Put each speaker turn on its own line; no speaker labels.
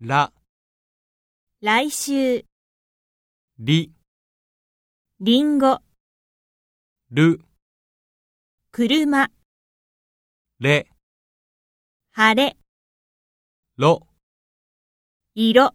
ら、
来週、
り、
りんご、
る、
車、
れ、
晴れ、
ろ。
色。